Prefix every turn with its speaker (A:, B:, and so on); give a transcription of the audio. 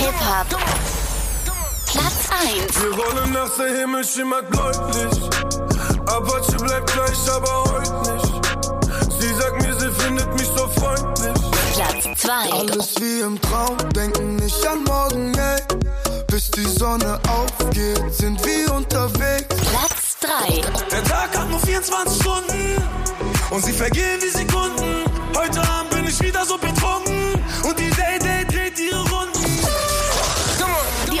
A: Hip-Hop. Platz 1.
B: Wir rollen nach der Himmel schimmert bläulich. Apache bleibt gleich, aber heute nicht. Sie sagt mir, sie findet mich so freundlich.
A: Platz 2.
C: Alles wie im Traum, denken nicht an morgen, ey. Bis die Sonne aufgeht, sind wir unterwegs.
A: Platz 3.
D: Der Tag hat nur 24 Stunden und sie vergehen wie Sekunden. Heute Abend bin ich wieder so betrunken und die Day Day dreht ihre Runden.
A: Die